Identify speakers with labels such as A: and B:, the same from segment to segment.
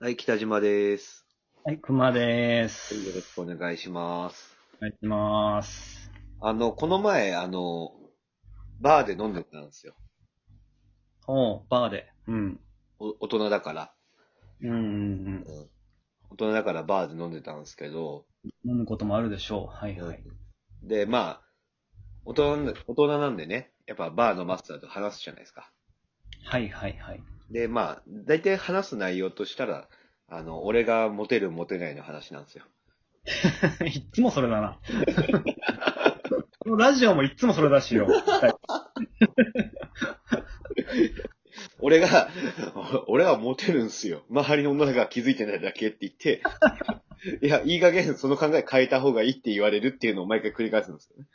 A: はい、北島です。
B: はい、熊でーす。
A: よろしくお願いします。
B: お願いします。
A: あの、この前、あの、バーで飲んでたんですよ。
B: おう、バーで。うん。
A: お大人だから。
B: うんうん
A: うん大人だからバーで飲んでたんですけど、
B: うん。飲むこともあるでしょう。はいはい。
A: で、まあ、大人な、大人なんでね、やっぱバーのマスターと話すじゃないですか。
B: はいはいはい。
A: で、まあ、大体話す内容としたら、あの、俺がモテるモテないの話なんですよ。
B: い っつもそれだな。このラジオもいっつもそれだ しよ。はい
A: 俺が、 お俺はモテるんすよ。周りの女が気づいてないだけって言って、いや、いい加減その考え変えた方がいいって言われるっていうのを毎回繰り返すんですよね。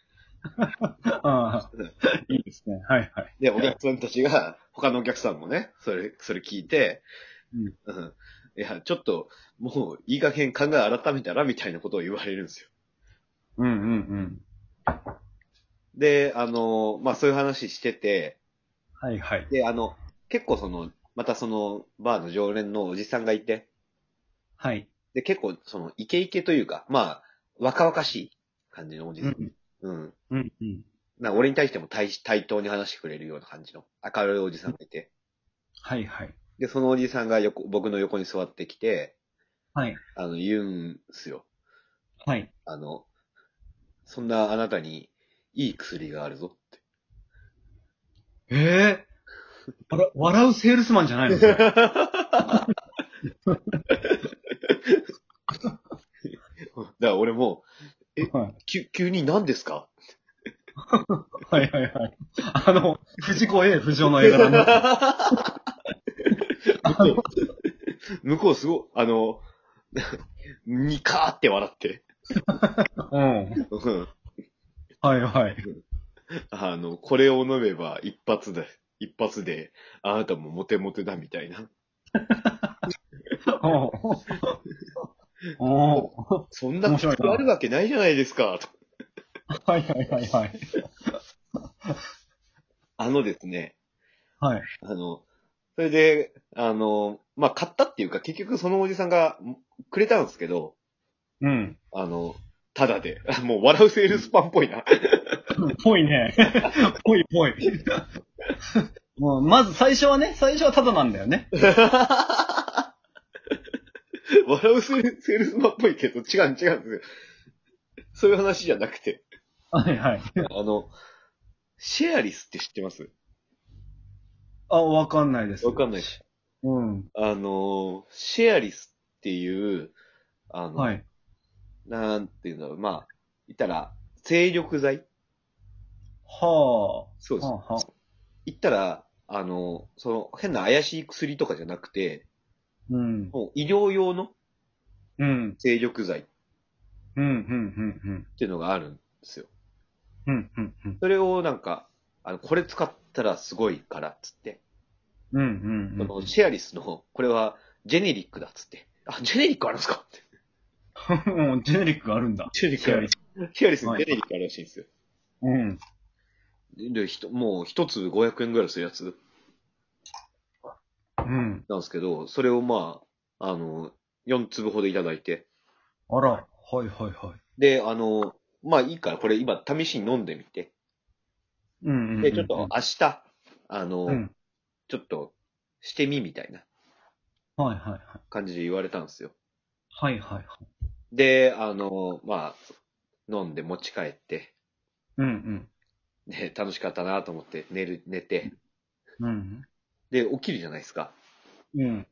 B: ああいいですね。はいはい。
A: で、お客さんたちが、他のお客さんもね、それ、それ聞いて、うんいや、ちょっと、もう、いい加減考え改めたら、みたいなことを言われるんですよ。
B: うんうんうん。
A: で、あの、まあ、そういう話してて、
B: はいはい。
A: で、あの、結構その、またその、バーの常連のおじさんがいて、
B: はい。
A: で、結構、その、イケイケというか、まあ、若々しい感じのおじ
B: う
A: さん。
B: ん
A: うん。
B: うんうん。
A: な俺に対しても対し対等に話してくれるような感じの明るいおじさんがいて。
B: はいはい。
A: で、そのおじさんが横、僕の横に座ってきて、
B: はい。
A: あの、言うんすよ。
B: はい。
A: あの、そんなあなたにいい薬があ るぞって。
B: ええ笑笑うセールスマンじゃない のそれ
A: だから俺も、
B: はい
A: 急急に何ですか
B: はいはいはい。あの、藤子 A 不条の映画 だ
A: 向こう、 向こうすご、あの、にかーって笑って。
B: な。うん。
A: うん
B: はいはい。
A: あの、これを飲めば一発で、一発で、あなたもモテモテだみたいな。
B: おお。おお。
A: そんな
B: 面白いな
A: ことあるわけないじゃないですか。と
B: はいはいはいはい。
A: あのですね、
B: はい。
A: あの、それで、あの、まあ、買ったっていうか、結局そのおじさんがもくれたんですけど、
B: うん。
A: あの、ただで、あもう笑うセールスパンっぽいな。
B: ぽいね。ぽいぽい。もう、まず最初はね、最初はただなんだよね。
A: 笑うセールセールスマンっぽいけど、違う違うんですよ。そういう話じゃなくて、
B: はいはい。
A: あの、シェアリスって知ってます
B: あ、わかんないです。
A: わかんないし。
B: うん。
A: あの、シェアリスっていう、あの、
B: はい。
A: なんていうんだろう、まあ、言ったら、精力剤
B: は
A: そう
B: あ。
A: です。
B: はあはあ。
A: 言ったら、あの、その、変な怪しい薬とかじゃなくて、
B: うん。
A: もう医療用の
B: うん。
A: 精力剤っ
B: うん、うん、うん、うん。
A: ていうのがあるんですよ。
B: うん、うん、うん。
A: それをなんか、あの、これ使ったらすごいから、っつって、
B: うん、うん。
A: その、シェアリスの、これは、ジェネリックだ、っつって。あ、ジェネリックあるんですかって。
B: うん。ジェネリックがあるんだ。
A: ジェネリッ
B: シェアリ
A: クシェアリスにジェネリックあるらしいんですよ。
B: うん。
A: で、ひともう一つ500円ぐらいするやつ
B: うん。
A: なんですけど、それをまあ、あの、4粒ほどいただいて、
B: あら。はい、はい、はい。
A: で、あの、まあいいから、これ今試しに飲んでみて、
B: うん、うん。
A: で、ちょっと明日、あの、
B: うん。
A: ちょっとしてみみたいな
B: はい、はい、はい。
A: 感じで言われたんですよ。
B: はい、はい、はい。
A: で、あの、まあ、飲んで持ち帰って、
B: うん、
A: ね、楽しかったなと思って寝る、寝て、
B: うん。うん。
A: で、起きるじゃないですか。
B: うん。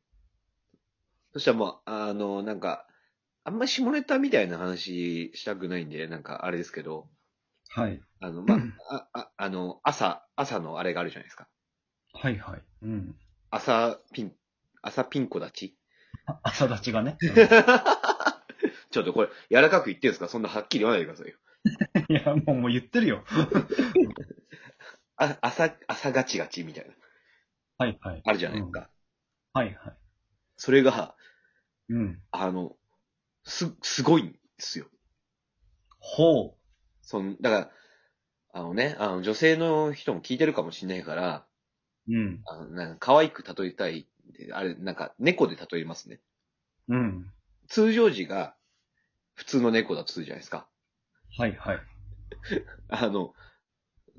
A: そしたらもう、あの、なんか、あんま下ネタみたいな話したくないんで、なんかあれですけど、
B: はい。
A: あの、まあ、あ、ああの、朝、朝のあれがあるじゃないですか。
B: はいはい。うん。
A: 朝ピン、朝ピンコ立ち。
B: あ朝立ちがね。
A: ちょっとこれ、柔らかく言ってるんですかそんなはっきり言わないでくださいよ。
B: いや、もう、もう言ってるよ。
A: あ、朝、朝ガチガチみたいな。
B: はいはい。
A: あるじゃないですか。
B: はいはい。
A: それが、
B: うん。
A: あの、す、すごいんですよ。
B: ほ
A: その、だから、あのね、あの、女性の人も聞いてるかもしれないから、
B: う。うん。
A: あの、なんか可愛く例えたい。あれ、なんか、猫で例えますね。
B: うん。
A: 通常時が普通の猫だとするじゃないですか。
B: はいはい。
A: あの、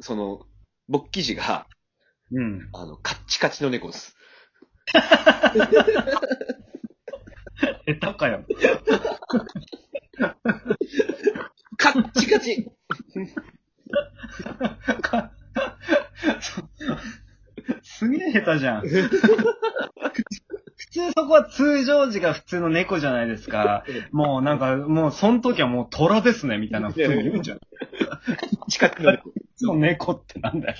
A: その、勃起時が、
B: うん。
A: あの、カッチカチの猫です。
B: 下手かよ。
A: カッチカチ
B: か すげえ下手じゃん。普通そこは通常時が普通の猫じゃないですか。もうなんか、もうその時はもう虎ですね、みたいな普通 に言うんじゃん。い
A: カッチカチの猫。
B: つも猫ってなんだよ。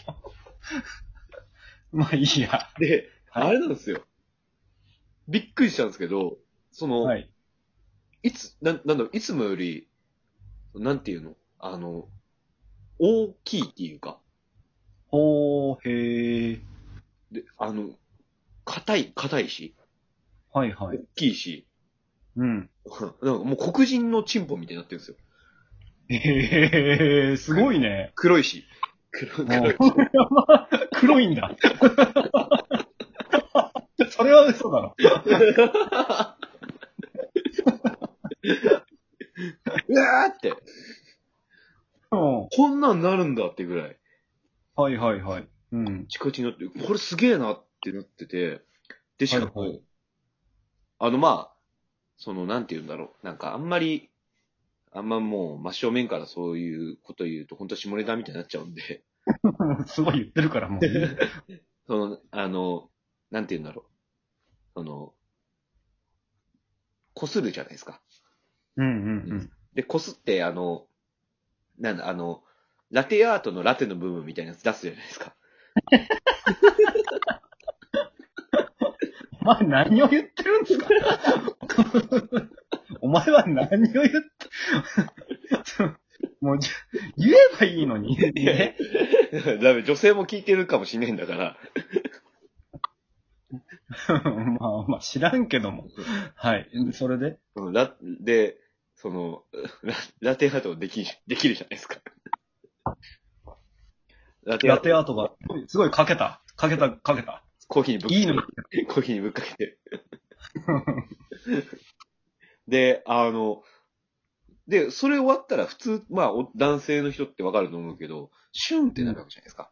B: まあいいや。
A: で、
B: はい
A: あれなんですよ。びっくりしたんですけど、その、、
B: はいい。
A: つ、なん、なんだろう、いつもより、なんていうのあの、大きいっていうか、
B: おー、へー。
A: で、あの、硬い、硬いし、
B: はいはい
A: 大。きいし、
B: うん。
A: なんかもう黒人のチンポみたいになってるんですよ。
B: へー、すごいね。
A: 黒いし。黒い、黒いし。
B: 黒いんだ。それは嘘だろ。
A: うわーって、
B: うん
A: こんなんなるんだってぐらい、
B: はいはいはい。うん。
A: チカチになって、これすげえなってなってて、で、しかも、
B: はいはい
A: あの、まあ、その、なんて言うんだろう、なんかあんまり、あんまもう真正面からそういうこと言うと、本当下ネタみたいになっちゃうんで、
B: すごい言ってるからもういい。
A: その、あの、なんて言うんだろう、その、こするじゃないですか。
B: うんうんうん。
A: で、こすって、あの、なんだ、あの、ラテアートのラテの部分みたいなやつ出すじゃないですか。
B: お前何を言ってるんですかお前は何を言って、もうじ言えばいいのに。ね
A: ダメ、女性も聞いてるかもしんないんだから。
B: まあまあ知らんけども。はい。それで
A: うんラで、その、ララテアートできるできるじゃないですか。ラテア
B: ラ
A: ート、
B: テアートが、すごいかけた。かけた、かけた。
A: コーヒーにぶっかけ
B: いいのに。
A: て、コーヒーにぶっかけて。で、あの、で、それ終わったら普通、まあ、お男性の人ってわかると思うけど、シュンってなるわけじゃないですか。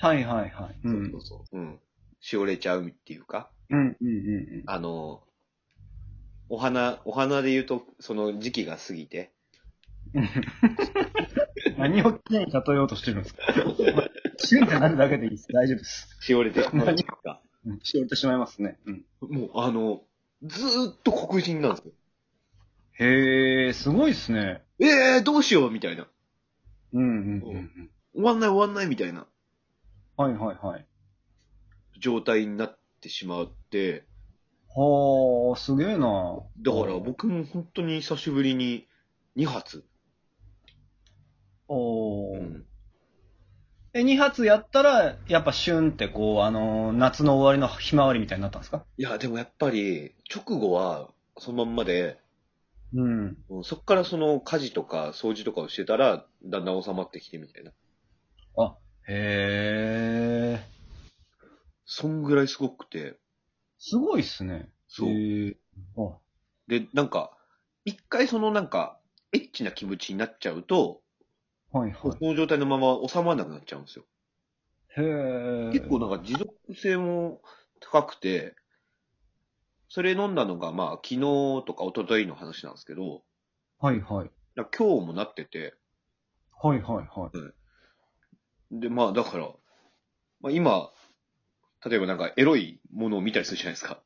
B: はいはいはい。うん。うん
A: そうそうそう。うん。しおれちゃうっていうか。
B: うんうん
A: あの、お花、お花で言うと、その時期が過ぎて、
B: うん。何を記念に例えようとしてるんですか シュンってなるだけでいいです。大丈夫です。
A: しおれてしまうっていうか、
B: うんしおれてしまいますね。うん。
A: もうあの、ずーっと黒人なんですよ。
B: へえ、すごいですね。
A: ええー、どうしようみたいな。
B: うんうん
A: う
B: うんん。
A: 終わんない終わんないみたいな
B: はいはいはい。
A: 状態になってしまって、
B: はあ、すげえな。
A: だから僕も本当に久しぶりに2発。
B: お
A: う
B: ー
A: ん。
B: え、2発やったら、やっぱシュンってこう、あのー、夏の終わりのひまわりみたいになったんですか
A: いや、でもやっぱり、直後はそのまんまで、
B: うん。
A: うんそっからその家事とか掃除とかをしてたら、だんだん収まってきてみたいな。
B: へえ。
A: そんぐらいすごくて。
B: すごいっすね。
A: そう
B: へーあ
A: で、なんか、一回そのなんか、エッチな気持ちになっちゃうと、
B: はい
A: そ
B: はい。
A: の状態のまま収まらなくなっちゃうんですよ。
B: へえ。
A: 結構なんか持続性も高くて、それ飲んだのがまあ昨日とか一昨日の話なんですけど、
B: はいはい。
A: だから今日もなってて、
B: はいはいはい。
A: でまあだから、まあ今、例えばなんかエロいものを見たりするじゃないですか。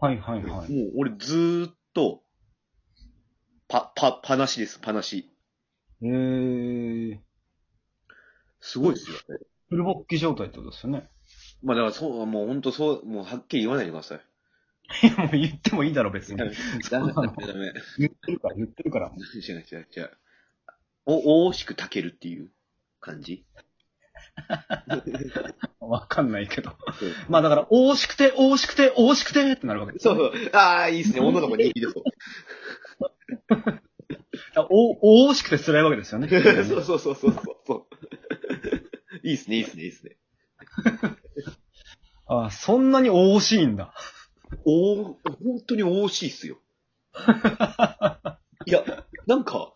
B: はいはいはい。
A: もう俺ずーっと、パ、パ、パなしです、パなし。
B: へえ。
A: すごいですよ。
B: フルボッキ状態ってことですよね。
A: まあだからそう、もう本当そう、もうはっきり言わないでください。
B: いや、もう言ってもいいだろ、別に
A: ダ。メ、ダメ、ダメ、ダメ。
B: 言ってるから、言ってるから。
A: 違う違う違う。お、おしく炊けるっていう感じ
B: わかんないけど。
A: そう
B: まあだから、惜しくて、惜しくて、惜しくてってなるわけです
A: そ
B: よ
A: う
B: ね、
A: そう。ああ、いいですね。女の子人気です。
B: あお、惜しくて辛いわけですよね。
A: そうそうそうそうそう。いいですね、いいですね、いいですね。
B: あそんなに惜しいんだ。
A: お、本当に惜しいっすよ。いや、なんか、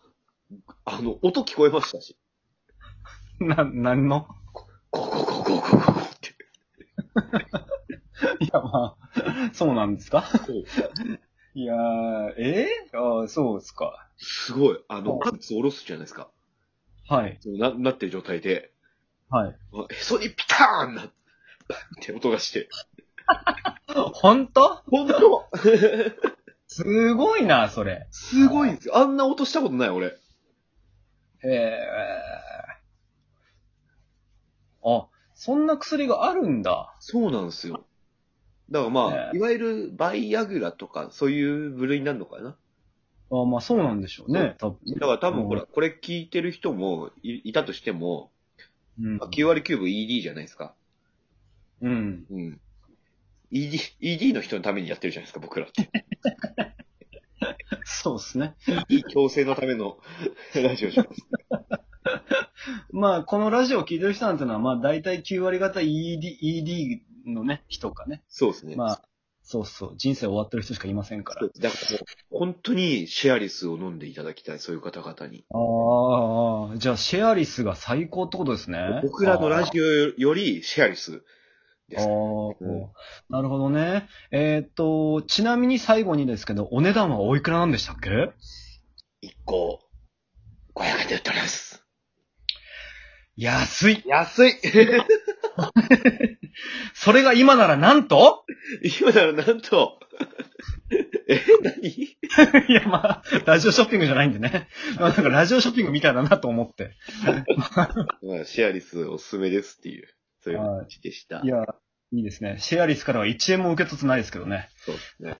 A: あの、音聞こえましたし。
B: な、なんの
A: こここここここって。
B: いや、まあ、 そうなんですか
A: そう
B: いやー、えー、あーそうですか。
A: すごい。あの、パンツ下ろすじゃないですか。
B: はい。
A: そうな、なってる状態で、
B: はい。
A: あへそにピターンな、って音がして。
B: ほんと
A: 本当
B: すごいな、それ。
A: すごいんですよ。あんな音したことない、俺。
B: えー。あ、そんな薬があるんだ。
A: そうなんですよ。だからまあ、
B: ね
A: いわゆるバイアグラとか、そういう部類になるのかな。
B: あまあ、そうなんでしょうね、多分。
A: だから多分ほら、
B: う
A: これ聞いてる人もいいたとしても、
B: うん
A: まあ、9割9分 ED じゃないですか。
B: うん。
A: うん。ED、ED の人のためにやってるじゃないですか、僕ら って。
B: そうですね。
A: ED 強制のためのラジオじゃないですか。
B: まあ、このラジオを聞いてる人なんてのは、まあ、大体9割方 ED、ED のね、人かね。
A: そうですね。
B: まあ、そうそう、人生終わってる人しかいませんから
A: そう。だからもう、本当にシェアリスを飲んでいただきたい、そういう方々に。
B: ああ、じゃあ、シェアリスが最高ってことですね。
A: 僕らのラジオよりシェアリスです。
B: オあー
A: うん
B: なるほどね。えーっと、ちなみに最後にですけど、お値段はおいくらなんでしたっけ
A: 1個、500円で売っております。
B: 安い
A: 安い
B: それが今ならなんと
A: 今ならなんと、 え、何
B: いや、まあ、ラジオショッピングじゃないんでね。まあ、なんかラジオショッピングみたいだなと思って。
A: まあ、シェアリスおすすめですっていう、そういう話でした。
B: いや、いいですね。シェアリスからは1円も受け取ってないですけどね。
A: そうですね。